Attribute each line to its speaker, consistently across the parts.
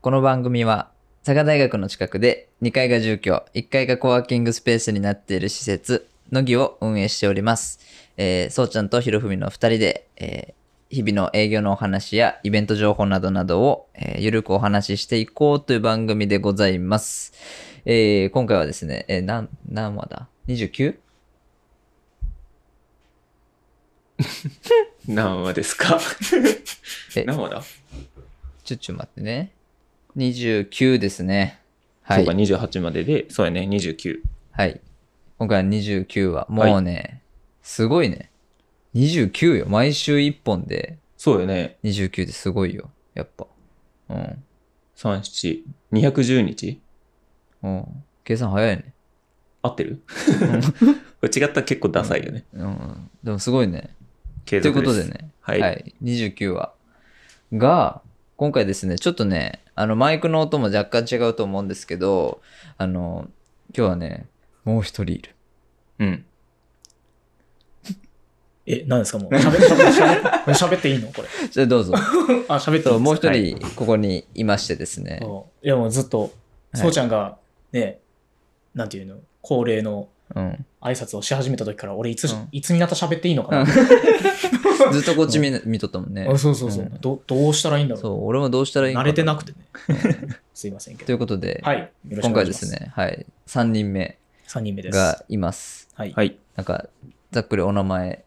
Speaker 1: この番組は佐賀大学の近くで2階が住居1階がコワーキングスペースになっている施設のぎを運営しております、えー、そうちゃんとひろふみの2人で、えー日々の営業のお話やイベント情報などなどを、えーゆるくお話ししていこうという番組でございます、えー今回はですね、えー、なん何話だ ?29?
Speaker 2: 何話ですか
Speaker 1: え
Speaker 2: 何話だ、
Speaker 1: ちょっちょ待ってね29ですねは
Speaker 2: そう
Speaker 1: い
Speaker 2: か、28までで、そうやね、29。
Speaker 1: はい。今回は29話。もうね、すごいね。29よ。毎週1本で
Speaker 2: そうよね、
Speaker 1: 29ですごいよ。やっぱ。うん。
Speaker 2: 3、7、210日
Speaker 1: うん。計算早いね。
Speaker 2: 合ってるこれ違ったら結構ダサいよね。
Speaker 1: うん。でもすごいね。
Speaker 2: 継
Speaker 1: という
Speaker 2: 続
Speaker 1: こ
Speaker 2: です。
Speaker 1: とで。ね。
Speaker 2: はい
Speaker 1: 29話。が、今回ですね、ちょっとね、あの、マイクの音も若干違うと思うんですけど、あの、今日はね、もう一人いる。
Speaker 2: うん。
Speaker 3: え、何ですかもう。喋喋喋っていいのこれ。
Speaker 1: じゃあどうぞ。
Speaker 3: あ、喋っていい
Speaker 1: そう、もう
Speaker 3: ですか
Speaker 1: 一人、ここにいましてですね。
Speaker 3: そういや、もうずっと、
Speaker 1: い
Speaker 3: そうちゃんが、ね、なんていうの、恒例の
Speaker 1: うん。
Speaker 3: 挨拶をし始めた時から、俺、いつ
Speaker 1: うん、
Speaker 3: いつになったら喋っていいのかな
Speaker 1: うん。ずっとこっち見,、見とったもんね。。
Speaker 3: あそうそうそううんどどうしたらいいんだ
Speaker 1: そ
Speaker 3: ろ
Speaker 1: う、俺もどうしたら
Speaker 3: う。
Speaker 1: いいん
Speaker 3: 慣
Speaker 1: か
Speaker 3: れてなくてね。 すいませんけ
Speaker 1: と
Speaker 3: ど。
Speaker 1: いうことで、
Speaker 3: はい。よろしく
Speaker 1: 今
Speaker 3: お
Speaker 1: 回
Speaker 3: 願いし
Speaker 1: で
Speaker 3: ますす。
Speaker 1: ね、はい、3人目
Speaker 3: 3人目です。
Speaker 1: がいます。
Speaker 3: はい。
Speaker 2: はい。
Speaker 1: なんか、ざっくりお名前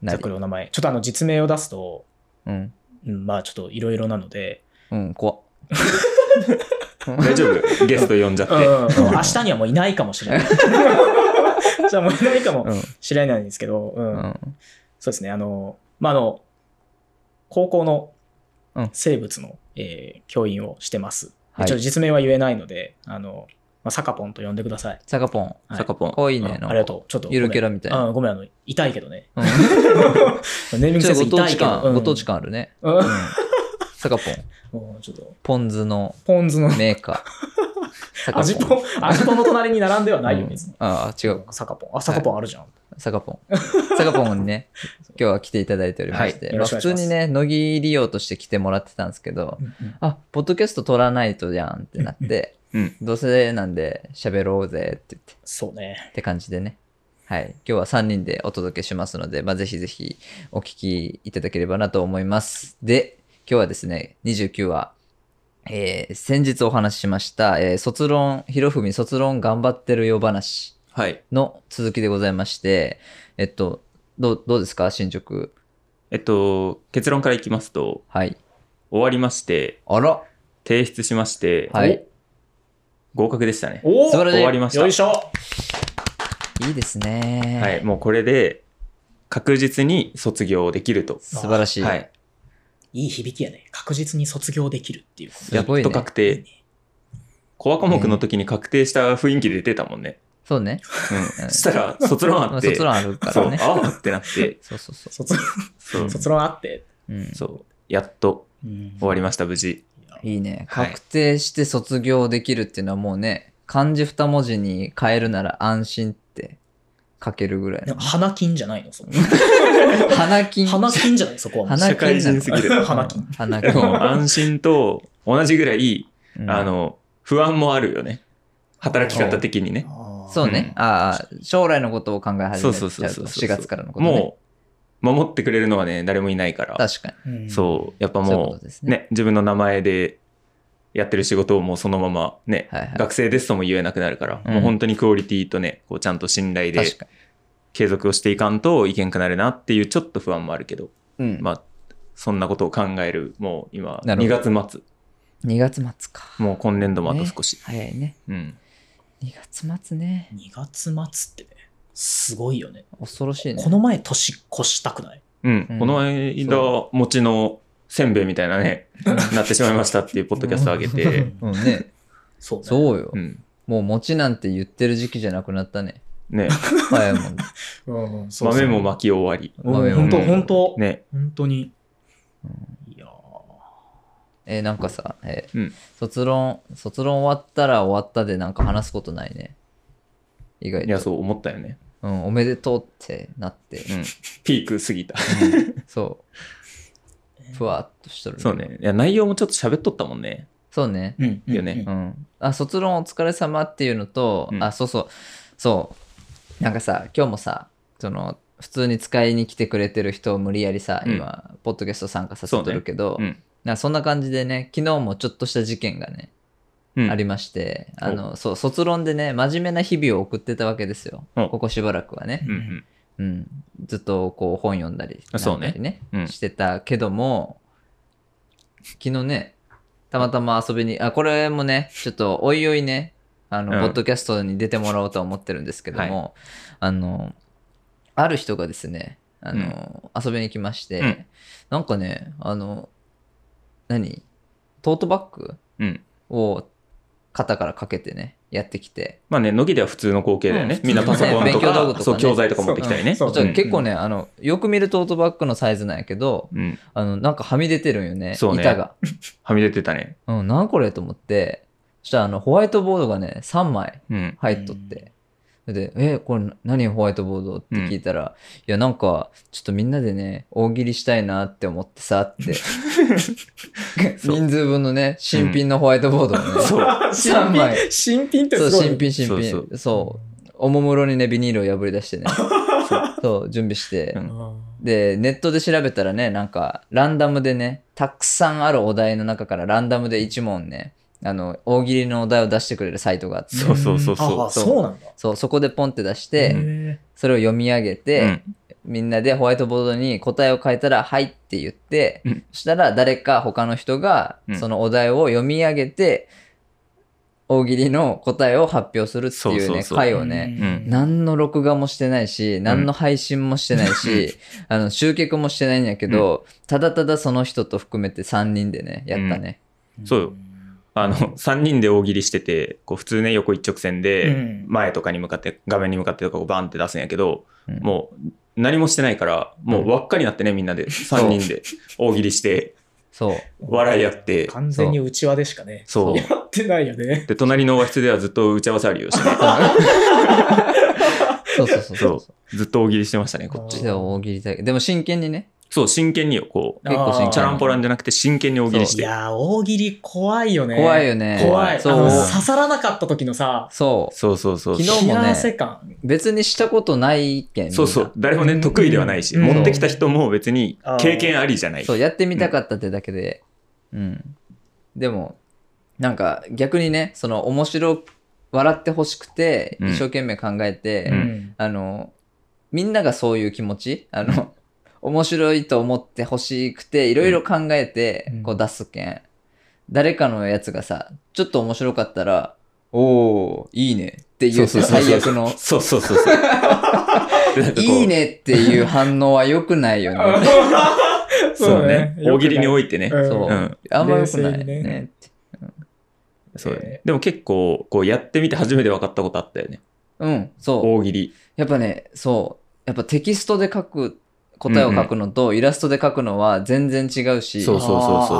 Speaker 1: な
Speaker 3: ざっ
Speaker 1: り
Speaker 3: く。りお名前。ちょっとあの、実名を出すと、
Speaker 1: うん、
Speaker 3: うんまあ、ちょっといろいろなので、
Speaker 1: うん、怖っ。
Speaker 2: 大丈夫ゲスト呼んじゃっ
Speaker 3: うん
Speaker 2: て。
Speaker 3: 明日にはもういないかもし れない。じゃあもういないか
Speaker 1: う
Speaker 3: も
Speaker 1: ん、
Speaker 3: しれないんですけど、う。
Speaker 1: うんん、
Speaker 3: そうですね、あの、まあ、あの、高校の
Speaker 1: うん
Speaker 3: 生物の、えー教員をしてます。
Speaker 1: はい
Speaker 3: ちょっと実名は言えないので、あの、まあ、サカポンと呼んでください。
Speaker 1: サカポン。
Speaker 3: はい
Speaker 2: サカポン。
Speaker 1: かわいい
Speaker 3: うん
Speaker 1: ね、なんか
Speaker 3: ありがとう。ちょっとごめん。
Speaker 1: ゆるキャラみたいな
Speaker 3: うんごめん、あの、痛いけどね。
Speaker 1: うん
Speaker 3: ネーミング
Speaker 1: ち
Speaker 3: セ
Speaker 1: ょっ
Speaker 3: ンス
Speaker 1: とご当
Speaker 3: 痛い
Speaker 1: 地
Speaker 3: けど。
Speaker 1: 感、
Speaker 3: うん
Speaker 1: ご当地感あるね。
Speaker 3: う
Speaker 1: うんん。サカポン。
Speaker 3: もうちょっと、
Speaker 1: ポン酢の
Speaker 3: ポン酢の、
Speaker 1: メーカー。サカ
Speaker 3: 味ポン、味ポンの隣に並んではないよ、
Speaker 1: うん
Speaker 3: 別に。
Speaker 1: ああ、違う。
Speaker 3: サカポン。あ、サカポンあるじゃん。
Speaker 1: サカポン。サカポンにね、今日は来ていただいておりまして、
Speaker 3: はい
Speaker 1: まあ
Speaker 3: よろしくお
Speaker 1: 普
Speaker 3: 願いし
Speaker 1: 通
Speaker 3: ます
Speaker 1: にね、乃木利用として来てもらってたんですけど、
Speaker 3: うん
Speaker 1: あ、ポッドキャスト撮らないとじゃんってなって、
Speaker 2: うん
Speaker 1: どうせなんで喋ろうぜって言って、
Speaker 3: そうね。
Speaker 1: って感じでね。はい。今日は3人でお届けしますので、まあ、ぜひぜひお聞きいただければなと思います。で、今日はですね、29話、えー先日お話ししました、えー卒論、ひろふみ卒論頑張ってるよ話
Speaker 2: はい。
Speaker 1: の続きでございまして、えっと、どうどうですか進捗。
Speaker 2: えっと、結論からいきますと、
Speaker 1: はい。
Speaker 2: 終わりまして、
Speaker 1: あら
Speaker 2: 提出しまして、
Speaker 1: はい。
Speaker 2: 合格でしたね。
Speaker 3: おお
Speaker 1: 素晴らしい
Speaker 2: 終わりました
Speaker 3: よいしょ
Speaker 1: いいですね。
Speaker 2: はい。もうこれで、確実に卒業できると。
Speaker 1: 素晴らしい。
Speaker 2: はい。
Speaker 3: いい響きやね。確実に卒業できるっていう。
Speaker 1: す
Speaker 2: やっ
Speaker 1: ごいね
Speaker 2: と。確定。コア科目の時に確定した雰囲気で出たもんね。
Speaker 1: そうね。
Speaker 2: うんそしたら、卒論
Speaker 1: ま
Speaker 2: あ
Speaker 1: あ、
Speaker 2: って。
Speaker 1: 卒論あるか
Speaker 2: そ
Speaker 1: ら
Speaker 2: う
Speaker 1: ね。
Speaker 2: ああってなって、
Speaker 1: そうそうそ
Speaker 3: 卒
Speaker 2: そう
Speaker 3: 卒論あって、
Speaker 1: う。うん、
Speaker 2: そうやっと終わりました、無事。
Speaker 1: いいね。
Speaker 2: はい
Speaker 1: 確定して卒業できるっていうのはもうね、漢字二文字に変えるなら安心って書けるぐらい
Speaker 3: で
Speaker 1: の
Speaker 3: も。花金じゃないのそこ
Speaker 1: 花金。
Speaker 3: 花金じゃないそこはもう
Speaker 1: 花金
Speaker 2: 社会人すぎ る。
Speaker 3: 花金
Speaker 1: 花
Speaker 2: でも
Speaker 1: 金。
Speaker 2: 安心と同じぐらい、
Speaker 1: うん
Speaker 2: あ、の、不安もあるよね。働き方的にね。
Speaker 1: そうね。ああ、将来のことを考え始
Speaker 2: そ
Speaker 1: め
Speaker 2: う
Speaker 1: ちゃ
Speaker 2: そううそうそう。
Speaker 1: 4月からのこと、ね。
Speaker 2: もう、守ってくれるのはね、誰もいないから。
Speaker 1: 確かに。
Speaker 3: うん
Speaker 2: そう。やっぱ
Speaker 1: そういうこ
Speaker 2: も
Speaker 1: とです
Speaker 2: う、
Speaker 1: ね
Speaker 2: ね、自分の名前でやってる仕事をもうそのまま、ね
Speaker 1: はいはい、
Speaker 2: 学生ですとも言えなくなるから、
Speaker 1: うん
Speaker 2: もう本当にクオリティとね、こうちゃんと信頼で
Speaker 1: 確か
Speaker 2: 継続をしていかんといけんくなるなっていうちょっと不安もあるけど、
Speaker 1: に。うん。
Speaker 2: まあ、そんなことを考える、もう今、
Speaker 1: なるほ
Speaker 2: 2月末、
Speaker 1: 2月末か。
Speaker 2: もう今年度もあと少し。
Speaker 1: 早いね。
Speaker 2: うん。
Speaker 1: 2月末ね。
Speaker 3: 2月末ってねすごいよね
Speaker 1: 恐ろしいね
Speaker 3: こ。の前年越したくない
Speaker 2: うん。
Speaker 1: うん
Speaker 2: この間、餅のせんべいみたいな ね、なってしまいましたっていうポッドキャストを上げて、
Speaker 1: うんね。
Speaker 3: そうね
Speaker 1: そうよ。
Speaker 2: うん。
Speaker 1: もう餅なんて言ってる時期じゃなくなったね。
Speaker 2: ね、
Speaker 1: 早いもんね。
Speaker 3: うんうんそうそ
Speaker 2: 豆
Speaker 3: う
Speaker 2: も巻き終わり。
Speaker 3: うん
Speaker 1: 豆を
Speaker 3: 本当
Speaker 2: うん
Speaker 3: 本当
Speaker 2: ね、
Speaker 3: 本当に
Speaker 1: う
Speaker 3: いやー
Speaker 1: えーなんかさ、えー
Speaker 2: うん
Speaker 1: 卒論、卒論終わったら終わったでなんか話すことないね。意外
Speaker 2: いや、
Speaker 1: と。
Speaker 2: そう思ったよね。
Speaker 1: うん、おめでとうってなって、
Speaker 2: うん。ピーク過ぎ た。
Speaker 1: そう。ふわっとしとる、
Speaker 2: そうね。いや、内容もちょっと喋っとったもんね。
Speaker 1: そうね。
Speaker 4: うん。
Speaker 2: よね
Speaker 4: う
Speaker 2: うんん
Speaker 1: あ、卒論お疲れ様っていうのと、
Speaker 2: うん
Speaker 1: あ、そうそう、そう、なんかさ、今日もさ、その、普通に使いに来てくれてる人を無理やりさ、
Speaker 2: うん
Speaker 1: 今、ポッドキャスト参加させてるけど、
Speaker 2: そうねうん
Speaker 1: なんかそんな感じでね、昨日もちょっとした事件がね、
Speaker 2: うん
Speaker 1: ありまして、あの、そう、卒論でね、真面目な日々を送ってたわけですよ。
Speaker 2: お
Speaker 1: ここしばらくはね。
Speaker 2: うんうん
Speaker 1: うん。ずっとこう本読んだり、
Speaker 2: あそうね
Speaker 1: なんかね、
Speaker 2: うん
Speaker 1: してたけども、昨日ね、たまたま遊びに、あ、これもね、ちょっとおいおいね、あの、
Speaker 2: うん
Speaker 1: ポッドキャストに出てもらおうとは思ってるんですけども、あの、ある人がですね、あの、遊びに来まして、
Speaker 2: うん
Speaker 1: なんかね、あの、何トートバッグ
Speaker 2: うん
Speaker 1: を肩からかけてね、やってきて、
Speaker 2: まあね、乃木では普通の光景だよね。
Speaker 4: うん
Speaker 2: みんなパソコン
Speaker 1: ね
Speaker 2: と
Speaker 1: 勉強道具とか
Speaker 2: か
Speaker 1: ね
Speaker 2: そう、教材とか持ってきたりね。
Speaker 3: そう
Speaker 1: じゃあ
Speaker 2: うん
Speaker 1: 結構ね、あの、よく見るトートバッグのサイズなんやけど、
Speaker 2: うん。
Speaker 1: あの、なんかはみ出てるんよね、
Speaker 2: そうね
Speaker 1: 板が。
Speaker 2: はみ出てたね。
Speaker 1: うん、なんこれと思って、そしたらあの、ホワイトボードがね、3枚
Speaker 2: うん。
Speaker 1: 入っとって。で、え、これ何ホワイトボードって聞いたら、いや、なんか、ちょっとみんなでね、大喜利したいなって思ってさ、って。
Speaker 2: そう
Speaker 1: 人数分のね、新品のホワイトボードをね、
Speaker 2: そう。
Speaker 1: 3枚。
Speaker 3: 新品 って
Speaker 1: そう、
Speaker 3: すごい
Speaker 1: 新。品、新品。
Speaker 2: そ
Speaker 1: そううおもむろにね、ビニールを破り出してね。そうそう、準備して。
Speaker 2: うん
Speaker 1: で、ネットで調べたらね、なんか、ランダムでね、たくさんあるお題の中からランダムで1問ね、あの、大喜利のお題を出してくれるサイトがあって、
Speaker 2: そうそうそうそう
Speaker 3: ああ、そうなんだ。
Speaker 1: そう、そこでポンって出して、
Speaker 3: へ
Speaker 1: それを読み上げて、
Speaker 2: うん
Speaker 1: みんなでホワイトボードに答えを書いたら「はい」って言って、
Speaker 2: うん
Speaker 1: そしたら誰か他の人が
Speaker 2: うん
Speaker 1: そのお題を読み上げて、大喜利の答えを発表するっていうね
Speaker 2: そうそうそう
Speaker 1: 回
Speaker 3: え
Speaker 1: をね、
Speaker 2: うん
Speaker 1: 何の録画もしてないし何の配信もしてないし、 あの集客もしてないんやけど、ただただその人と含めて3人でねやったね、
Speaker 2: そうよ。あの、3人で大喜利してて、こう普通ね、横一直線
Speaker 3: う
Speaker 2: で、
Speaker 3: ん
Speaker 2: 前とかに向かって、画面に向かってとかこうバンって出すんやけど、
Speaker 1: うん
Speaker 2: もう何もしてないから、もう輪っかになってね、みんなで。3人で大喜利して、
Speaker 1: そう
Speaker 2: 笑い合って。
Speaker 3: 完全に内輪でしかね。
Speaker 2: そう。
Speaker 3: やってないよね。
Speaker 2: で、隣の和室ではずっと打ち合わせあるよしてね。
Speaker 1: そうそうそうそ
Speaker 2: そうう。ずっと大喜利してましたね、こっ
Speaker 1: こっ
Speaker 2: ち。
Speaker 1: ちでは大喜利だけどでも真剣にね
Speaker 2: そう、真剣によ、こう。
Speaker 1: 結構真剣
Speaker 3: あー
Speaker 2: チャランポランじゃなくて真剣に大喜利し
Speaker 3: い
Speaker 2: て。
Speaker 3: やー、大喜利怖いよね。
Speaker 1: 怖いよね
Speaker 3: 怖い。
Speaker 1: そう
Speaker 3: あの刺さらなかった時のさ、
Speaker 1: そう
Speaker 2: そうそうそう。
Speaker 1: 昨日もね
Speaker 3: 幸せ感。
Speaker 1: 別にしたことないけんみんな
Speaker 2: そうそう。誰もね、得意ではないし、
Speaker 3: うん
Speaker 2: 持ってきた人も別に経験ありじゃない。
Speaker 1: そうやってみたかったってだけで、うんでもなんか逆にねその面白笑ってほしくて
Speaker 2: うん
Speaker 1: 一生懸命考えて、
Speaker 2: う
Speaker 1: あのみんながそういう気持ちあの面白いと思ってほしくていろいろ考えて
Speaker 3: うん
Speaker 1: こう出すけん、誰かのやつがさちょっと面白かったら「おーいいね」っていう
Speaker 2: そ
Speaker 1: さ
Speaker 2: うそうそう
Speaker 1: 最悪の
Speaker 2: そうそうそうそう。でな
Speaker 1: 「
Speaker 2: んかこう
Speaker 1: いいね」っていう反応は良くないよ ね。
Speaker 2: そうね。大喜利にお
Speaker 3: い
Speaker 2: いてね。
Speaker 1: そううんあんま良くない
Speaker 3: 冷静にね
Speaker 1: ね
Speaker 2: そうだね
Speaker 3: え。
Speaker 2: でも結構、こうやってみて初めて分かったことあったよね。
Speaker 1: うん、そう。
Speaker 2: 大喜利。
Speaker 1: やっぱね、そう。やっぱテキストで書く、答えを書くのとイラストで書くのは全然違うし。
Speaker 2: そうそうそうそうそう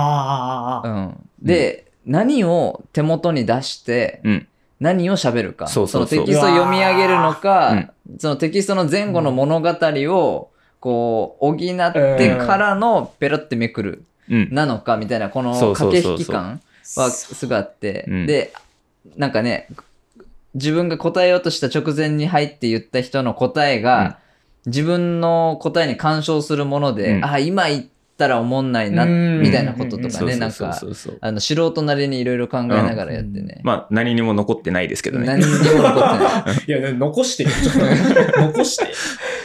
Speaker 3: あーあーあーあ
Speaker 1: う
Speaker 3: ー
Speaker 1: ん。で、何を手元に出して、
Speaker 2: うん
Speaker 1: 何を喋るか。
Speaker 2: そうそうそう
Speaker 1: のテキストを読み上げるのか、そのテキストの前後の物語を、こう、補ってからのペロってめくる、
Speaker 2: うん。
Speaker 1: なのか、みたいな、この
Speaker 2: そうそ
Speaker 1: 駆
Speaker 2: うそう
Speaker 1: け
Speaker 2: そ
Speaker 1: 引き
Speaker 2: う
Speaker 1: 感はすぐあって、
Speaker 2: うん
Speaker 1: でなんかね自分が答えようとした直前に入って言った人の答えが、自分の答えに干渉するもので、
Speaker 2: うん
Speaker 1: あ今言ったらおもんないな
Speaker 3: うん
Speaker 1: みたいなこととか
Speaker 2: そう
Speaker 1: ね
Speaker 2: そ
Speaker 1: な
Speaker 2: うんそう
Speaker 1: か
Speaker 2: そうそう。
Speaker 1: あの素人なりにいろいろ考えながらやってね、
Speaker 2: まあ、何にも残ってないですけどね。
Speaker 1: 何にも残って ない
Speaker 3: いや、でも残してよ、ちょっと。残して。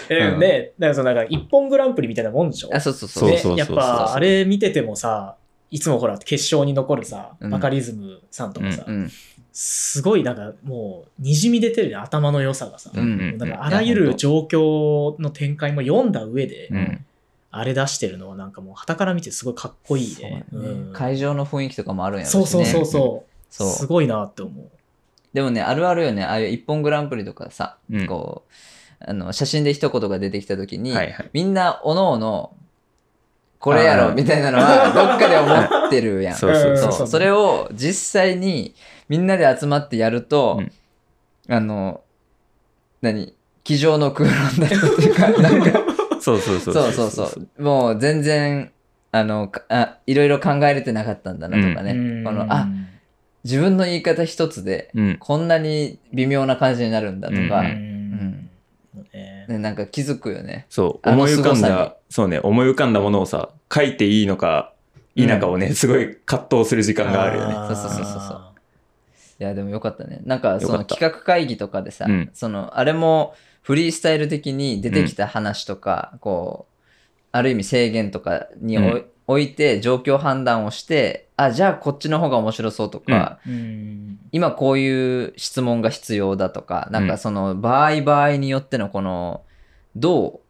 Speaker 3: え、
Speaker 1: うん
Speaker 3: ね、だからそのなんか、一本グランプリみたいなもんでしょ
Speaker 1: あそうそうそう
Speaker 2: そう
Speaker 3: ね
Speaker 2: そうそう
Speaker 3: やっぱ、あれ見ててもさ、いつもほら、決勝に残るさ、
Speaker 1: うん
Speaker 3: バカリズムさんとかさ、
Speaker 1: うん
Speaker 3: すごいなんかもう、にじみ出てるね、頭の良さがさ。
Speaker 1: うん
Speaker 2: うん
Speaker 3: なんかあらゆる状況の展開も読んだ上で、
Speaker 2: うん。
Speaker 3: あれ出してるのはなんかもう、傍から見てすごいかっこいいね。
Speaker 1: そうだね
Speaker 3: うん
Speaker 1: 会場の雰囲気とかもあるんやろし
Speaker 3: そ
Speaker 1: ね
Speaker 3: うそうそうそう。
Speaker 1: そう
Speaker 3: すごいなって思う。
Speaker 1: でもね、あるあるよね、ああいう一本グランプリとかさ、
Speaker 2: うん
Speaker 1: こう、あの、写真で一言が出てきたときに、
Speaker 2: はいはい
Speaker 1: みんな、おのおの、これや
Speaker 2: あ
Speaker 1: ろ、
Speaker 2: ー
Speaker 1: みたいなの は、どっかで思ってるやん。
Speaker 2: そうそう
Speaker 3: うん
Speaker 2: そ
Speaker 1: そう
Speaker 2: う。
Speaker 1: それを実際にみんなで集まってやると、あの、何机上の空論だったっていうか、なんか、
Speaker 2: そうそうそ
Speaker 1: そううそうそう。もう全然あのかあいろいろ考えれてなかったんだなとかね、
Speaker 3: うん
Speaker 1: このあ自分の言い方一つで
Speaker 2: うん。
Speaker 1: こんなに微妙な感じになるんだとか、
Speaker 2: う
Speaker 3: うんんね
Speaker 1: ね、なんか気づくよね。
Speaker 2: そう、
Speaker 1: あの
Speaker 2: 思い浮かん
Speaker 1: 凄さ
Speaker 2: だ、そうね、思い浮かんだものをさ、書いていいのか、否かをね、すごい葛藤する時間があるよね。
Speaker 1: そうそうそうそう
Speaker 3: あ
Speaker 1: いやでもよかったね。なんか
Speaker 2: よ
Speaker 1: そ
Speaker 2: か
Speaker 1: の
Speaker 2: った
Speaker 1: 企画会議とかでさ、
Speaker 2: うん
Speaker 1: そのあれもフリースタイル的に出てきた話とか、こうある意味制限とかにおい、
Speaker 2: うん
Speaker 1: 置いて状況判断をしてあじゃあこっちの方が面白そうとか、
Speaker 3: ーうん
Speaker 1: 今こういう質問が必要だとかなんかその場合場合によってのこのどう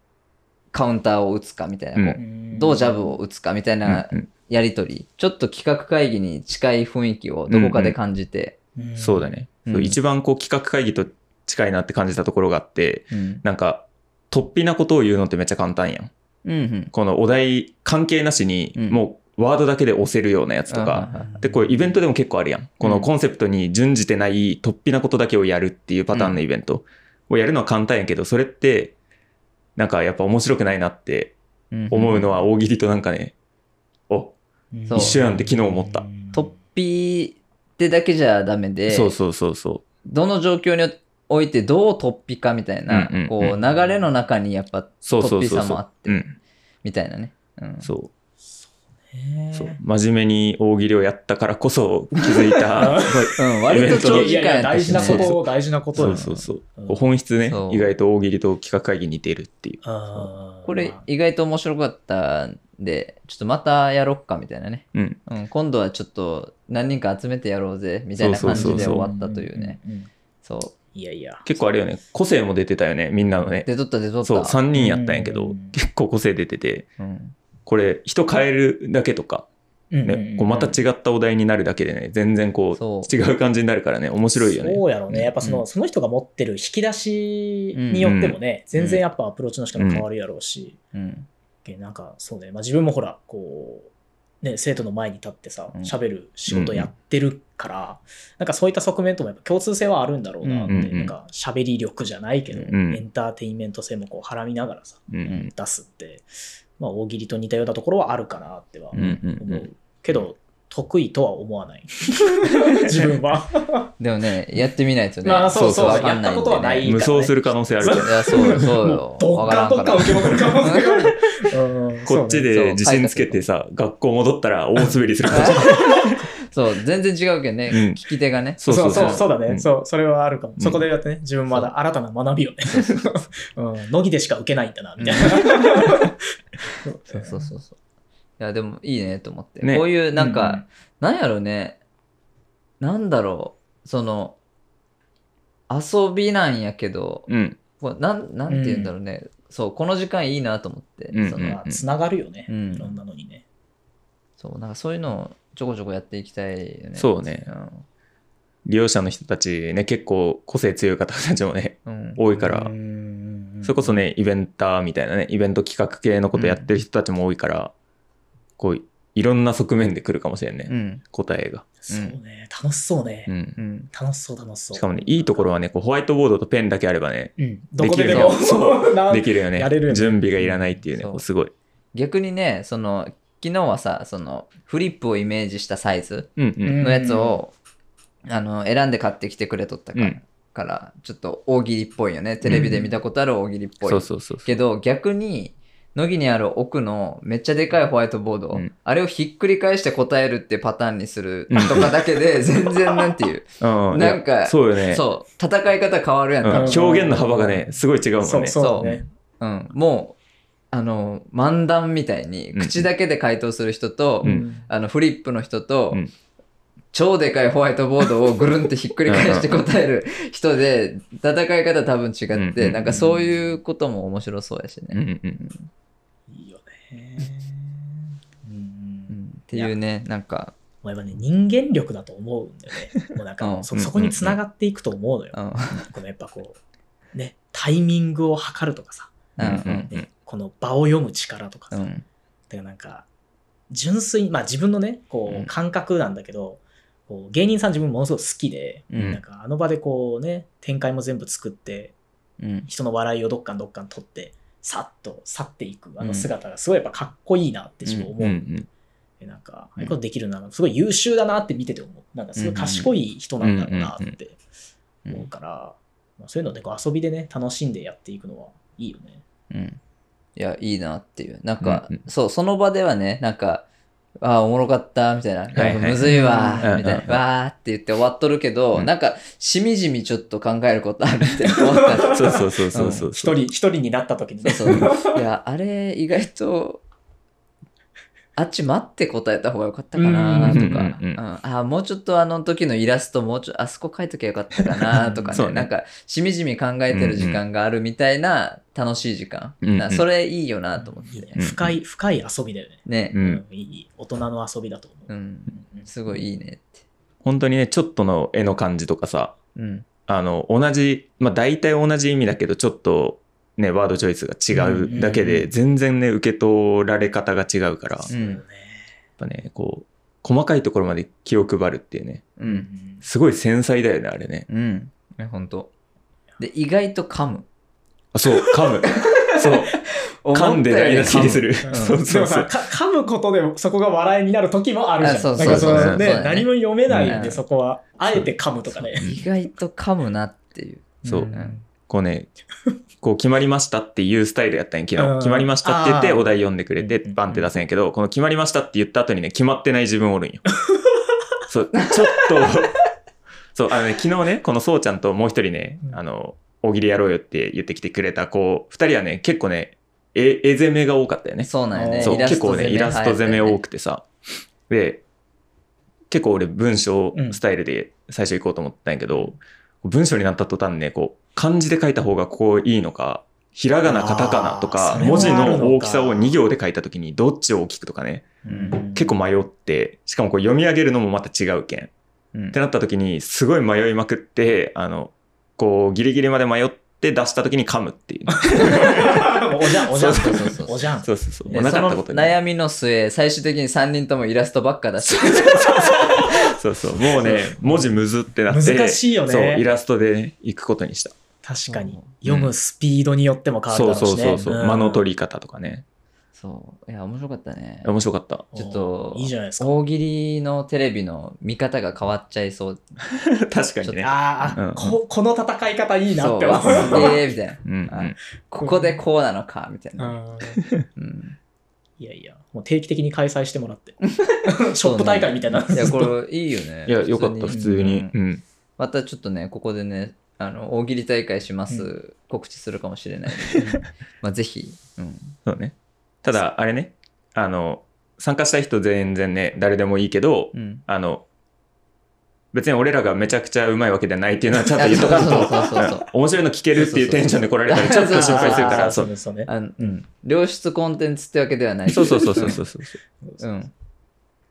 Speaker 1: カウンターを打つかみたいな、
Speaker 2: うん
Speaker 1: こうどうジャブを打つかみたいな
Speaker 2: うん
Speaker 1: やり取り、ちょっと企画会議に近い雰囲気をどこかで感じて。
Speaker 2: うんそうだね。そう
Speaker 1: うん
Speaker 2: 一番こう企画会議と近いなって感じたところがあって、
Speaker 1: うん
Speaker 2: なんか、突飛なことを言うのってめっちゃ簡単やん。
Speaker 1: うんうん
Speaker 2: このお題関係なしに、
Speaker 1: うん
Speaker 2: もうワードだけで押せるようなやつと
Speaker 1: あは
Speaker 2: か、
Speaker 1: いはい
Speaker 2: でこれイベントでも結構あるやんこ
Speaker 1: う
Speaker 2: の
Speaker 1: ん
Speaker 2: コンセプトに準じてない突飛なことだけをやるっていうパターンのイベントをやるのは簡単やけどそれってなんかやっぱ面白くないなって思うのは大喜利となんかねお
Speaker 3: うん
Speaker 1: そう一
Speaker 2: 緒やんって昨日思った
Speaker 3: うん
Speaker 1: 突飛ってだけじゃダメで
Speaker 2: そうそうそうそ
Speaker 1: どの状況においてどう突飛かみたいな、
Speaker 2: うんうんうん
Speaker 1: こう流れの中にやっぱ
Speaker 2: うそうそ
Speaker 1: 突
Speaker 2: う
Speaker 1: 飛
Speaker 2: そう
Speaker 1: さ
Speaker 2: そ
Speaker 1: もあっ
Speaker 2: う
Speaker 1: て
Speaker 2: うん
Speaker 1: みたいなね、うん、
Speaker 2: そう
Speaker 3: ね
Speaker 2: そう真面目に大喜利をやったからこそ気づいた
Speaker 1: うん、割と長時間やった
Speaker 3: 大事
Speaker 1: し、
Speaker 3: な
Speaker 1: ね、
Speaker 3: こ
Speaker 2: そ
Speaker 3: と、大事なこと
Speaker 2: そ
Speaker 3: よ
Speaker 2: うそうそう
Speaker 3: うん
Speaker 2: こう本質ね
Speaker 1: そう
Speaker 2: 意外と大喜利と企画会議似てるっていう
Speaker 3: あー
Speaker 1: これ意外と面白かったんでちょっとまたやろっかみたいなね、
Speaker 2: うん
Speaker 1: うん、今度はちょっと何人か集めてやろうぜみたいな感じ
Speaker 2: そうそう
Speaker 1: で
Speaker 2: そう
Speaker 1: 終わったというね。
Speaker 3: んんん
Speaker 1: そう
Speaker 3: いやいや。
Speaker 2: 結構あれよね個性も出てたよねみんなのね
Speaker 1: 出とった出とった
Speaker 2: そう3人やったんやけ
Speaker 3: う
Speaker 2: ど
Speaker 3: ん
Speaker 2: 結構個性出てて
Speaker 1: うん
Speaker 2: これ人変えるだけとか、
Speaker 3: うんうん
Speaker 2: ね、こうまた違ったお題になるだけでね全然
Speaker 1: そ
Speaker 2: こ
Speaker 1: う
Speaker 2: う違う感じになるからね面白いよね
Speaker 3: そうやろうね。やっぱその,、
Speaker 1: うん
Speaker 3: その人が持ってる引き出しによってもね、全然やっぱアプローチの仕方も変わるやろうし、
Speaker 1: うん
Speaker 3: けなんかそうね、まあ、自分もほら、こう、ね、生徒の前に立ってさ
Speaker 1: うん、
Speaker 3: 喋る仕事やってるから、なんかそういった側面ともやっぱ共通性はあるんだろうなって、
Speaker 1: うん
Speaker 2: うんうん
Speaker 3: なんか喋り力じゃないけど、
Speaker 2: ん
Speaker 3: エンターテインメント性もこう、はらみながらさ、
Speaker 2: うんうん
Speaker 3: 出すって、まあ、大喜利と似たようなところはあるかなっては
Speaker 2: う
Speaker 3: 思
Speaker 2: ん
Speaker 3: う。
Speaker 2: うんうん
Speaker 3: けど、得意とは思わ ない。自分は。
Speaker 1: でもねやってみないとね
Speaker 3: まあそうそう
Speaker 1: わかんないんでね
Speaker 3: やったことはない
Speaker 2: 無双する可能性あるけど
Speaker 1: いや、そうよ、そうよ。
Speaker 3: ど
Speaker 1: わ
Speaker 3: っ
Speaker 1: から
Speaker 3: か
Speaker 1: んか
Speaker 3: どっか受けまくる可能性がある。
Speaker 2: こっち
Speaker 1: そう
Speaker 2: で
Speaker 1: ね
Speaker 2: 自信つけてさ学校戻ったら大滑りする かもしれない
Speaker 1: そう、全然違うけどね、
Speaker 2: うん
Speaker 1: 聞き手がね。
Speaker 3: そうそうそうそうだ
Speaker 2: う
Speaker 3: ね。
Speaker 2: ん
Speaker 3: そう、それはあるかも。
Speaker 2: ん
Speaker 3: そこでやってね、自分まだ新たな学びをね。 うん乃木でしか受けないんだな、みたいな。
Speaker 1: そうそうそうそう。いや、でもいいねと思って。
Speaker 2: ね
Speaker 1: こういう、なんか、なんやろね、なんだろう、その、遊びなんやけど、
Speaker 2: うん
Speaker 1: こうなんなんて言うんだろうね、そう、この時間いいなと思って、
Speaker 2: うん
Speaker 1: そ
Speaker 2: うん
Speaker 1: の
Speaker 3: まあつながるよね。
Speaker 1: うん
Speaker 3: いろんなのにね。
Speaker 1: そうなんかそういうのをちょこちょこやっていきたいよね。
Speaker 2: そうね利用者の人たちね結構個性強い方たちもね
Speaker 1: うん。うん
Speaker 2: 多いからそれこそ
Speaker 3: ね、
Speaker 2: ねイベンターみたいなねイベント企画系のことやってる人たちも多いからこういろんな側面で来るかもしれんね、
Speaker 1: うん。
Speaker 2: 答えが、
Speaker 3: そうね、楽しそうね
Speaker 2: う。ん
Speaker 1: うん。
Speaker 3: 楽しそう、楽しそう。
Speaker 2: しかもねいいところはねこうホワイトボードとペンだけあればね
Speaker 3: うん、どこで
Speaker 1: で
Speaker 3: で
Speaker 1: きるよ
Speaker 3: も。そう なん
Speaker 2: できるよね
Speaker 3: やれるよね
Speaker 2: 準備がいらないっていうね
Speaker 1: そう
Speaker 2: こうすごい、
Speaker 1: 逆にね、その、昨日はさ、その、フリップをイメージしたサイズ。
Speaker 2: うんうん
Speaker 1: のやつを、あの選んで買ってきてくれとったから,、
Speaker 2: うん
Speaker 1: からちょっと大喜利っぽいよねテレビで見たことある大喜利っぽい、
Speaker 2: そうそうそうそう
Speaker 1: けど逆に乃木にある奥のめっちゃでかいホワイトボード、
Speaker 2: うん
Speaker 1: あれをひっくり返して答えるってパターンにするとかだけ で全然なんていう、
Speaker 2: うん
Speaker 1: なんか
Speaker 2: いやそうよね
Speaker 1: そう戦い方変わるやん
Speaker 2: うん
Speaker 1: か、
Speaker 3: ん
Speaker 2: 表現の幅がねすごい違うもんね
Speaker 3: そうそうだね。
Speaker 1: うん、もうあの漫談みたいに
Speaker 2: うん
Speaker 1: 口だけで回答する人と、
Speaker 2: うん
Speaker 1: あのフリップの人と、
Speaker 2: うん
Speaker 1: 超でかいホワイトボードをぐるんってひっくり返して答える人で戦い方多分違って、
Speaker 2: うんうん
Speaker 1: なんかそういうことも面白そうやし
Speaker 2: うんう
Speaker 1: ね、
Speaker 2: んうん
Speaker 3: いいよね。
Speaker 1: う
Speaker 3: う
Speaker 1: ん
Speaker 3: ん。
Speaker 1: っていうねなんか、
Speaker 3: もうやっぱね、人間力だと思うんだよね。もうなんか、
Speaker 1: うん
Speaker 3: そそこにつながっていくと思うのよ。
Speaker 1: うん
Speaker 3: このやっぱこう、ね、タイミングを測るとかさ、
Speaker 1: うん
Speaker 2: うんうん
Speaker 3: ね、この場を読む力とか
Speaker 1: う
Speaker 3: さ、
Speaker 1: ん
Speaker 3: てかなんか、純粋に、まあ自分のね、こ
Speaker 2: うん
Speaker 3: う、感覚なんだけど、こう芸人さん自分ものすごく好きで、
Speaker 1: うん
Speaker 3: なんかあの場でこうね、展開も全部作って、
Speaker 1: うん
Speaker 3: 人の笑いをどっかんどっかん取ってさっと去っていくあの姿がすごいやっぱかっこいいなって自分思う。
Speaker 2: うんうん
Speaker 3: でなんか、ああいうことできるな、すごい優秀だなって見てて思う。なんかすごい賢い人なんだろうなって思うから、まあそういうのでこう遊びでね、楽しんでやっていくのはいいよね。
Speaker 1: うん。いや、いいなっていう。なんか、
Speaker 2: うんうん
Speaker 1: そう、その場ではね、なんか、ああ、おもろかった、みたいな。
Speaker 2: はい
Speaker 1: や
Speaker 2: は
Speaker 1: っ
Speaker 2: い
Speaker 1: ぱむずいわ
Speaker 2: うんうんう
Speaker 1: ー、
Speaker 2: ん
Speaker 1: みたいな。わーって言って終わっとるけど、
Speaker 2: うん
Speaker 1: なんか、しみじみちょっと考えることあるって思った。そ
Speaker 2: そうそうそうそうそう。
Speaker 3: 一人、一人になった時に、
Speaker 1: うそう。いや、あれ、意外と、あっち待って答えた方がよかったかなとか、
Speaker 2: うんうんうんうん
Speaker 1: ああ、もうちょっとあの時のイラスト、もうちょっとあそこ描いときゃよかったかなとか
Speaker 2: そ
Speaker 1: ね
Speaker 2: うね
Speaker 1: なんか、しみじみ考えてる時間があるみたいな楽しい時間。
Speaker 2: うんうん
Speaker 1: なそれいいよなと思って。
Speaker 2: うん
Speaker 3: 深い、深い遊びだよね。
Speaker 1: ね
Speaker 2: う、ん、
Speaker 3: いい、大人の遊びだと思
Speaker 1: う
Speaker 3: う。
Speaker 1: ん、すごいいいねって。
Speaker 2: 本当にね、ちょっとの絵の感じとかさ、
Speaker 1: うん、
Speaker 2: あの、同じ、まあ大体同じ意味だけど、ちょっとね、ワードチョイスが違うだけ
Speaker 3: うんうんう
Speaker 2: で、全然ね、受け取られ方が違うから、
Speaker 3: そ
Speaker 2: やっ
Speaker 3: うね。
Speaker 2: ぱね、こう、細かいところまで気を配るっていうね、
Speaker 1: う、
Speaker 3: うんん
Speaker 2: すごい繊細だよね、あれね。
Speaker 1: うん、ね、ほんと。で、意外と噛む。
Speaker 2: あ、そう、噛む。そう、噛んで台無しにする。
Speaker 3: うん
Speaker 2: そう
Speaker 3: で
Speaker 2: そう
Speaker 3: も
Speaker 2: そ
Speaker 3: さ
Speaker 2: う。
Speaker 3: か噛むことでもそこが笑いになる時もあるじゃ
Speaker 1: あ
Speaker 3: ん。
Speaker 1: そう
Speaker 2: そう
Speaker 3: なんかの
Speaker 2: そうそう
Speaker 3: ね
Speaker 1: そうだね
Speaker 3: 何も読めないん
Speaker 1: うん
Speaker 3: で、そこは。あえて噛むとかね。
Speaker 1: 意外と噛むなっていう。
Speaker 2: そう
Speaker 1: うん
Speaker 2: こうね、こう決まりましたっていうスタイルやったんや、昨
Speaker 3: う
Speaker 2: 日。
Speaker 3: ん
Speaker 2: 決まりましたって言って
Speaker 3: あー
Speaker 2: お題読んでくれて、
Speaker 3: うんうんうん
Speaker 2: バンって出せんやけど、この決まりましたって言った後にね、決まってない自分おる んよ。そう、ちょっと、そう、あのね、昨日ね、このそうちゃんともう一人ね、
Speaker 3: うん
Speaker 2: あの、大喜利やろうよって言ってきてくれた子、二人はね、結構ね、絵絵攻めが多かったよね。
Speaker 1: そうなんよね。
Speaker 2: そう、
Speaker 1: イラス
Speaker 2: 結
Speaker 1: ト
Speaker 2: 構
Speaker 1: 攻め
Speaker 2: ね、イラスト攻め多くてさ。で、結構俺文章
Speaker 3: うん
Speaker 2: スタイルで最初行こうと思ったんやけど、文章になった途端ね、こう、漢字で書いた方がこういいのか、ひらがな、カタカナと
Speaker 3: あ
Speaker 2: か、
Speaker 3: ーそれ
Speaker 2: 文
Speaker 3: も
Speaker 2: 字
Speaker 3: あるのか
Speaker 2: の大きさを2行で書いた時にどっちを大きくとかね、
Speaker 1: うん
Speaker 2: 結構迷って、しかもこう読み上げるのもまた違うけん。
Speaker 1: うん
Speaker 2: ってなった時に、すごい迷いまくって、あの、こう、ギリギリまで迷って出した時に噛むって いう。
Speaker 3: おじゃん、おじゃん
Speaker 1: そうそうそう、そう
Speaker 3: おじゃん。
Speaker 2: そうそうそう。
Speaker 1: で
Speaker 2: もうなかったこと
Speaker 1: そ
Speaker 2: に
Speaker 1: の。悩みの末、最終的に3人ともイラストばっかだし。
Speaker 2: そうそう。もうね、文字むずってなって。
Speaker 3: 難しいよね
Speaker 2: そう、イラストで行くことにした。
Speaker 3: 確か
Speaker 1: う
Speaker 3: に
Speaker 1: ん。
Speaker 3: 読むスピードによっても変わ
Speaker 2: そう
Speaker 3: るだろう
Speaker 2: そ
Speaker 3: し
Speaker 2: う
Speaker 3: ね。
Speaker 2: そうそう。間の
Speaker 3: り。
Speaker 2: 取り方とかね。
Speaker 1: そう。いや、面白かったね。
Speaker 2: 面白かった。
Speaker 1: ちょっと、
Speaker 3: いいじゃないですか。
Speaker 1: 大喜利のテレビの見方が変わっちゃいそう。
Speaker 2: 確かにね。
Speaker 3: ああ、
Speaker 2: うん
Speaker 3: こ、この戦い方いいな
Speaker 1: そ
Speaker 3: っ
Speaker 1: う。
Speaker 3: て思う。
Speaker 1: ええみたいな。
Speaker 2: うんうん。
Speaker 1: ここでこうなのか、みたいな。
Speaker 3: うん
Speaker 1: うん
Speaker 3: いやいや、もう定期的に開催してもらって。ショップ大会みたいな。
Speaker 1: いや、これいいよね。
Speaker 2: いや、よかった、普通
Speaker 1: う
Speaker 2: に
Speaker 1: ん。
Speaker 2: うん。
Speaker 1: またちょっとね、ここでね、あの大喜利大会します、告知するかもし れないので、まあぜひ、うん、
Speaker 2: そうね。ただ、あれね、あの、参加したい人全然ね、誰でもいいけど
Speaker 1: う、ん。
Speaker 2: あの、別に俺らがめちゃくちゃうまいわけじゃないっていうのはちゃんと
Speaker 1: あ
Speaker 2: 言っと かんと
Speaker 1: そうそうそうそうそう
Speaker 2: うん面白いの聞けるっていうテンションで来られたらちょっと心配するから、そ
Speaker 3: そ
Speaker 2: うう
Speaker 3: ね、そうね。
Speaker 1: あのうん、良質コンテンツってわけではない。
Speaker 2: そうそうそうそう そうそう。
Speaker 1: う。ん。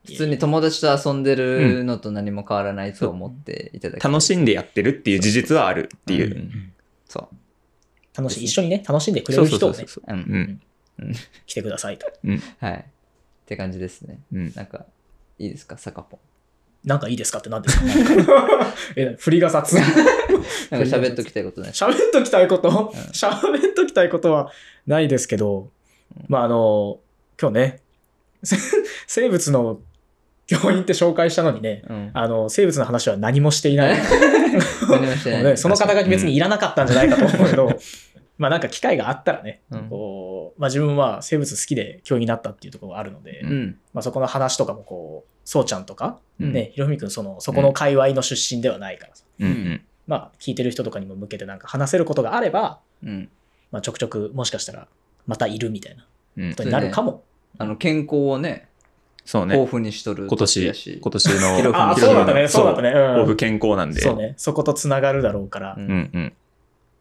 Speaker 1: 普通に友達と遊んでるのと何も変わらないと思っていただきたい
Speaker 2: 楽しんでやってるっていう事実はあるっていうう。
Speaker 3: ん
Speaker 1: そ
Speaker 3: 楽しい、一緒にね、楽しんでくれる人を
Speaker 2: そう
Speaker 3: ね、
Speaker 2: そう
Speaker 1: う。うん。
Speaker 2: うん。
Speaker 3: 来てくださいと。
Speaker 1: はい。って感じですね。
Speaker 2: うん。
Speaker 1: なんか、いいですか、サカポン。
Speaker 3: なんかいいですかって何ですか え、振りが雑。
Speaker 1: なんか喋っときたいことない。
Speaker 3: 喋っときたいこと
Speaker 1: うん
Speaker 3: 喋っときたいことはないですけど、まああの、今日ね、せ生物の教員って紹介したのにね、
Speaker 1: うん。
Speaker 3: あの、生物の話は何もしていない。
Speaker 1: 何もして
Speaker 3: もう
Speaker 1: ない
Speaker 3: ね、。その方が別にいらなかったんじゃないかと思うけど、 まあなんか機会があったらね、
Speaker 1: うん
Speaker 3: こうまあ、自分は生物好きで教員になったっていうところがあるので、
Speaker 1: うん。
Speaker 3: まあ、そこの話とかもこう、そうちゃんとか、
Speaker 2: うん
Speaker 3: ね、ひろふみくんその、そこの界隈の出身ではないからさ、
Speaker 2: うんうん。
Speaker 3: まあ聞いてる人とかにも向けてなんか話せることがあれば、
Speaker 1: うん。
Speaker 3: まあ、ちょくちょくもしかしたらまたいるみたいな
Speaker 2: うん
Speaker 3: ことになるかも。
Speaker 1: あの、健康をね、
Speaker 2: そうね。
Speaker 1: 豊富にしとる
Speaker 2: 今
Speaker 1: 年
Speaker 2: 年
Speaker 1: やし。、
Speaker 2: 今年の。
Speaker 1: ひろふみ
Speaker 3: ああ、そうだったね、そうだったね。
Speaker 2: そう
Speaker 3: う
Speaker 2: オ
Speaker 3: ん
Speaker 2: フ健康なんで。
Speaker 3: そうね、そことつながるだろうから、
Speaker 1: うん
Speaker 2: うんうん。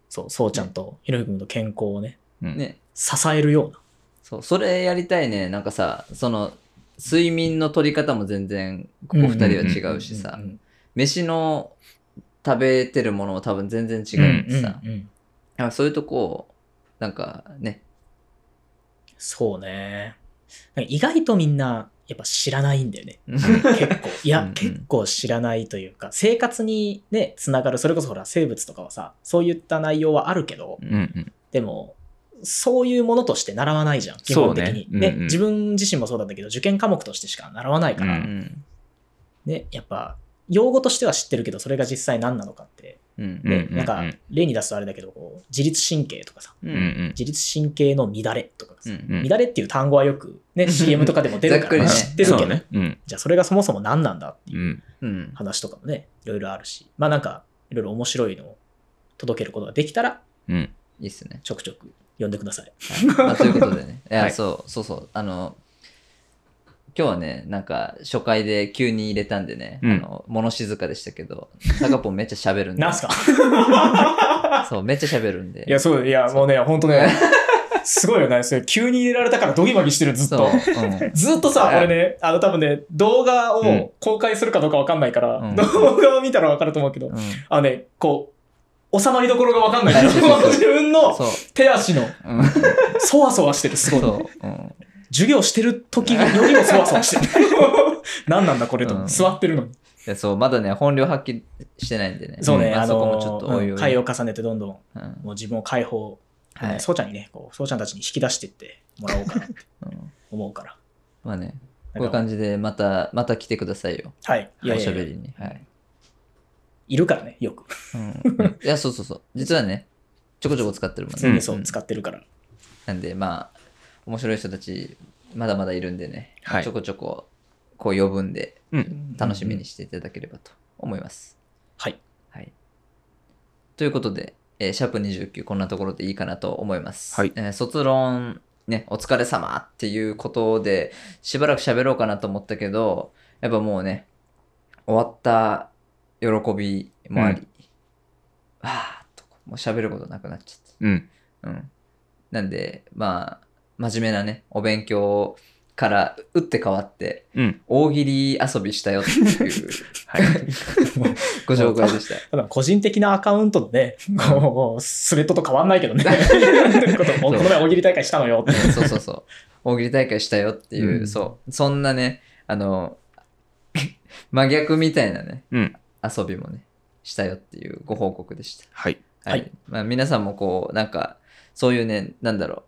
Speaker 3: そう、そうちゃんとひろゆき君の健康をね、
Speaker 2: うん。
Speaker 1: ね、
Speaker 3: 支えるような。
Speaker 1: そう、それやりたいね。なんかさ、その、睡眠の取り方も全然、ここ
Speaker 3: うん
Speaker 1: 二人は違うしさ、
Speaker 3: うん
Speaker 1: 飯の食べてるものも多分全然違うしさ、
Speaker 3: うんうんうん
Speaker 1: なんかそういうとこを、なんかね、
Speaker 3: そうね。なんか意外とみんな、やっぱ知らないんだよね。結構。い
Speaker 2: うん
Speaker 3: や
Speaker 2: うん、
Speaker 3: 結構知らないというか、生活にね、つながる、それこそほら、生物とかはさ、そういった内容はあるけど、
Speaker 2: うんうん。
Speaker 3: でも、そういうものとして習わないじゃん、基本的に。
Speaker 2: そうね
Speaker 3: ね
Speaker 2: うんうん
Speaker 3: 自分自身もそうなんだけど、受験科目としてしか習わないから、
Speaker 2: うん
Speaker 1: ん。
Speaker 3: ね、やっぱ、用語としては知ってるけど、それが実際何なのかって、
Speaker 1: うん。
Speaker 2: うん
Speaker 3: ね
Speaker 2: うんうん
Speaker 3: なんか、例に出すとあれだけど、こう自律神経とかさ、
Speaker 1: う
Speaker 2: うんうん
Speaker 3: 自律神経の乱れとかさ、
Speaker 1: ん。
Speaker 2: うん
Speaker 3: 乱れっていう単語はよく、ね、CM とかでも出 るか
Speaker 1: ざっくり
Speaker 3: ら
Speaker 1: ね
Speaker 3: 知ってる
Speaker 2: そ
Speaker 3: け
Speaker 2: う
Speaker 3: ど、
Speaker 2: ね。うん。。
Speaker 3: じゃあそれがそもそも何なんだっていううん
Speaker 1: うん。
Speaker 3: 話とかもね、いろいろあるし、まあなんか、いろいろ面白いのを届けることができたら、
Speaker 2: うん。
Speaker 1: いいっすね。
Speaker 3: ちょくちょく呼んでください。
Speaker 1: まあ、ということで ね。いや、
Speaker 3: はい
Speaker 1: そう、そうそう。あの、今日はね、なんか、初回で急に入れたんでね、
Speaker 2: うん
Speaker 1: あの、物静かでしたけど、タカポンめっちゃ喋るんで。
Speaker 3: なんすか
Speaker 1: そう、めっちゃ喋るんで。
Speaker 3: いや、そう、いや、もうね、ほんとね、すごいよね、それ急に入れられたからドギマギしてる、ずっ
Speaker 1: そう、
Speaker 3: と。
Speaker 1: うん。
Speaker 3: ずっとさ、
Speaker 1: はい
Speaker 3: 俺ね、あの、多分ね、動画
Speaker 2: うん
Speaker 3: を公開するかどうかわかんないから、
Speaker 1: うん
Speaker 3: 動画を見たらわかると思うけど、
Speaker 1: うん、
Speaker 3: あのね、こう、収まりどころがわかんないか ら、
Speaker 1: そうそうそう
Speaker 3: 自分の
Speaker 1: そう。
Speaker 3: 手足の、
Speaker 1: うん、
Speaker 3: そ わそわしてる、すごい。
Speaker 1: そう、うん。
Speaker 3: 授業してる時よりもそわそわして る。何なんだこれと、
Speaker 1: うん
Speaker 3: 座ってるのに。
Speaker 1: いやそう、まだね、本領発揮してないんでね。
Speaker 3: そうね、
Speaker 1: ん
Speaker 3: あ
Speaker 1: そこ
Speaker 3: の
Speaker 1: もちょっとおいおい。
Speaker 3: うん回を重ねてどんどん、も
Speaker 1: うん
Speaker 3: う自分を解放、
Speaker 1: はい
Speaker 3: そうちゃんにね、こう、そうちゃんたちに引き出してってもらおうかなって
Speaker 1: うん
Speaker 3: 思うから。
Speaker 1: まあね、こう
Speaker 3: ないん
Speaker 1: う
Speaker 3: か
Speaker 1: 感じで、また、また来てくださいよ。
Speaker 3: はい。い
Speaker 1: お
Speaker 3: やい
Speaker 1: し
Speaker 3: や
Speaker 1: ゃ
Speaker 3: い
Speaker 1: べ
Speaker 3: や
Speaker 1: りに。はい。
Speaker 3: いるからね、よく。
Speaker 1: うん。いや、そうそうそう。実はね、ちょこちょこ使ってるもん
Speaker 3: 普
Speaker 1: ね。
Speaker 3: 通にそ
Speaker 1: ん
Speaker 3: う、使ってるから。
Speaker 1: なんで、まあ、面白い人たち、まだまだいるんでね、
Speaker 2: はい
Speaker 1: ちょこちょこ、こう呼ぶんで、
Speaker 2: うん。
Speaker 1: 楽しみにしていただければと思います。
Speaker 3: はい。
Speaker 1: はい。ということで、えーシャープ29、こんなところでいいかなと思います。
Speaker 2: はい
Speaker 1: えー卒論、ね、お疲れ様っていうことで、しばらく喋ろうかなと思ったけど、やっぱもうね、終わった喜びもあり、わーっと、もう喋ることなくなっちゃった。
Speaker 2: うん。
Speaker 1: うん。なんで、まあ、真面目なね、お勉強から打って変わって、
Speaker 2: うん。
Speaker 1: 大喜利遊びしたよっていう
Speaker 2: はい。
Speaker 1: ご紹介でした。
Speaker 3: ただ、個人的なアカウントのね、こう、スレッドと変わんないけど ね。ことこの前大喜利大会したのよって。
Speaker 1: そうそうそう。大喜利大会したよっていう、
Speaker 3: うん
Speaker 1: そう。そんなね、あの、 真逆みたいなね、
Speaker 2: うん
Speaker 1: 遊びもね、したよっていうご報告でした。
Speaker 2: はい。
Speaker 1: はい。
Speaker 3: はい
Speaker 1: まあ、皆さんもこう、なんか、そういうね、なんだろ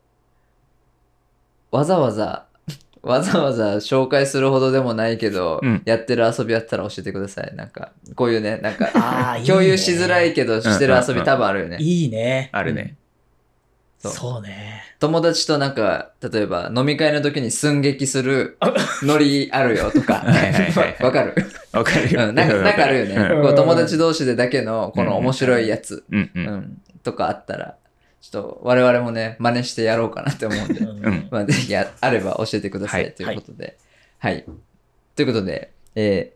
Speaker 1: う。わざわざ、 わざわざ紹介するほどでもないけど、
Speaker 2: うん
Speaker 1: やってる遊びあったら教えてください。なんか、こういうね、なん か、
Speaker 3: ああ、いいね
Speaker 1: 共有しづらい。けど、してる遊び多分あるよね。
Speaker 3: いいね。
Speaker 2: あるね。
Speaker 1: そう
Speaker 3: そうね。
Speaker 1: 友達となんか、例えば飲み会の時に寸劇するノリあるよとか
Speaker 2: はいはいはいは、い
Speaker 1: わかる、
Speaker 2: わかる
Speaker 1: う
Speaker 2: よ。
Speaker 1: ん、なんかなんかあるよね。
Speaker 2: うん
Speaker 1: こう友達同士でだけのこの面白いやつ、
Speaker 2: うんう。
Speaker 1: うんん、とかあったら、ちょっと我々もね、真似してやろうかなって思うんで
Speaker 3: う、
Speaker 2: うん
Speaker 3: ん。
Speaker 1: まあ、ぜひああれば教えてください、
Speaker 2: はい
Speaker 1: ということで。はい、ということで、え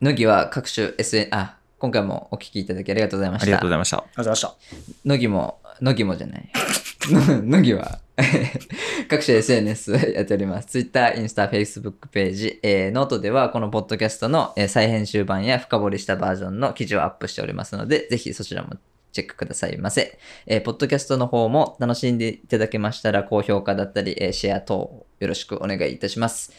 Speaker 1: ー、乃木は各種 SN、あ、今回もお聞きいただきありがとうございま
Speaker 2: あ
Speaker 1: し
Speaker 2: りが
Speaker 1: た
Speaker 2: とうご。ざいました。
Speaker 3: ありがとうございました。
Speaker 1: のぎも、のぎもじゃない。 ののぎは、 各種 SNS やっております。Twitter、インスタ、Facebook ページ、えーノートではこのポッドキャストの、えー再編集版や深掘りしたバージョンの記事をアップしておりますので、ぜひそちらもチェックくださいませ。えーポッドキャストの方も楽しんでいただけましたら、高評価だったり、えーシェア等よろしくお願いいたします。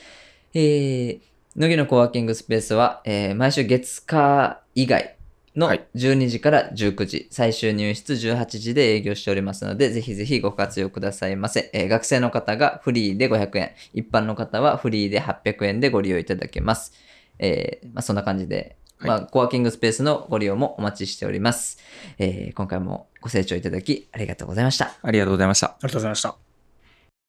Speaker 1: えー、のぎのコワーキングスペースは、えー毎週月火以外の
Speaker 2: はい
Speaker 1: 12時から19時、最終入室18時で営業しておりますので、ぜひぜひご活用くださいませ。えー学生の方がフリーで500円、一般の方はフリーで800円でご利用いただけます。えーまあ、そんな感じで、
Speaker 2: はい
Speaker 1: まあ、コワーキングスペースのご利用もお待ちしております。えー今回もご清聴いただきありがとうございました。
Speaker 2: ありがとうございました。
Speaker 3: ありがとうございました。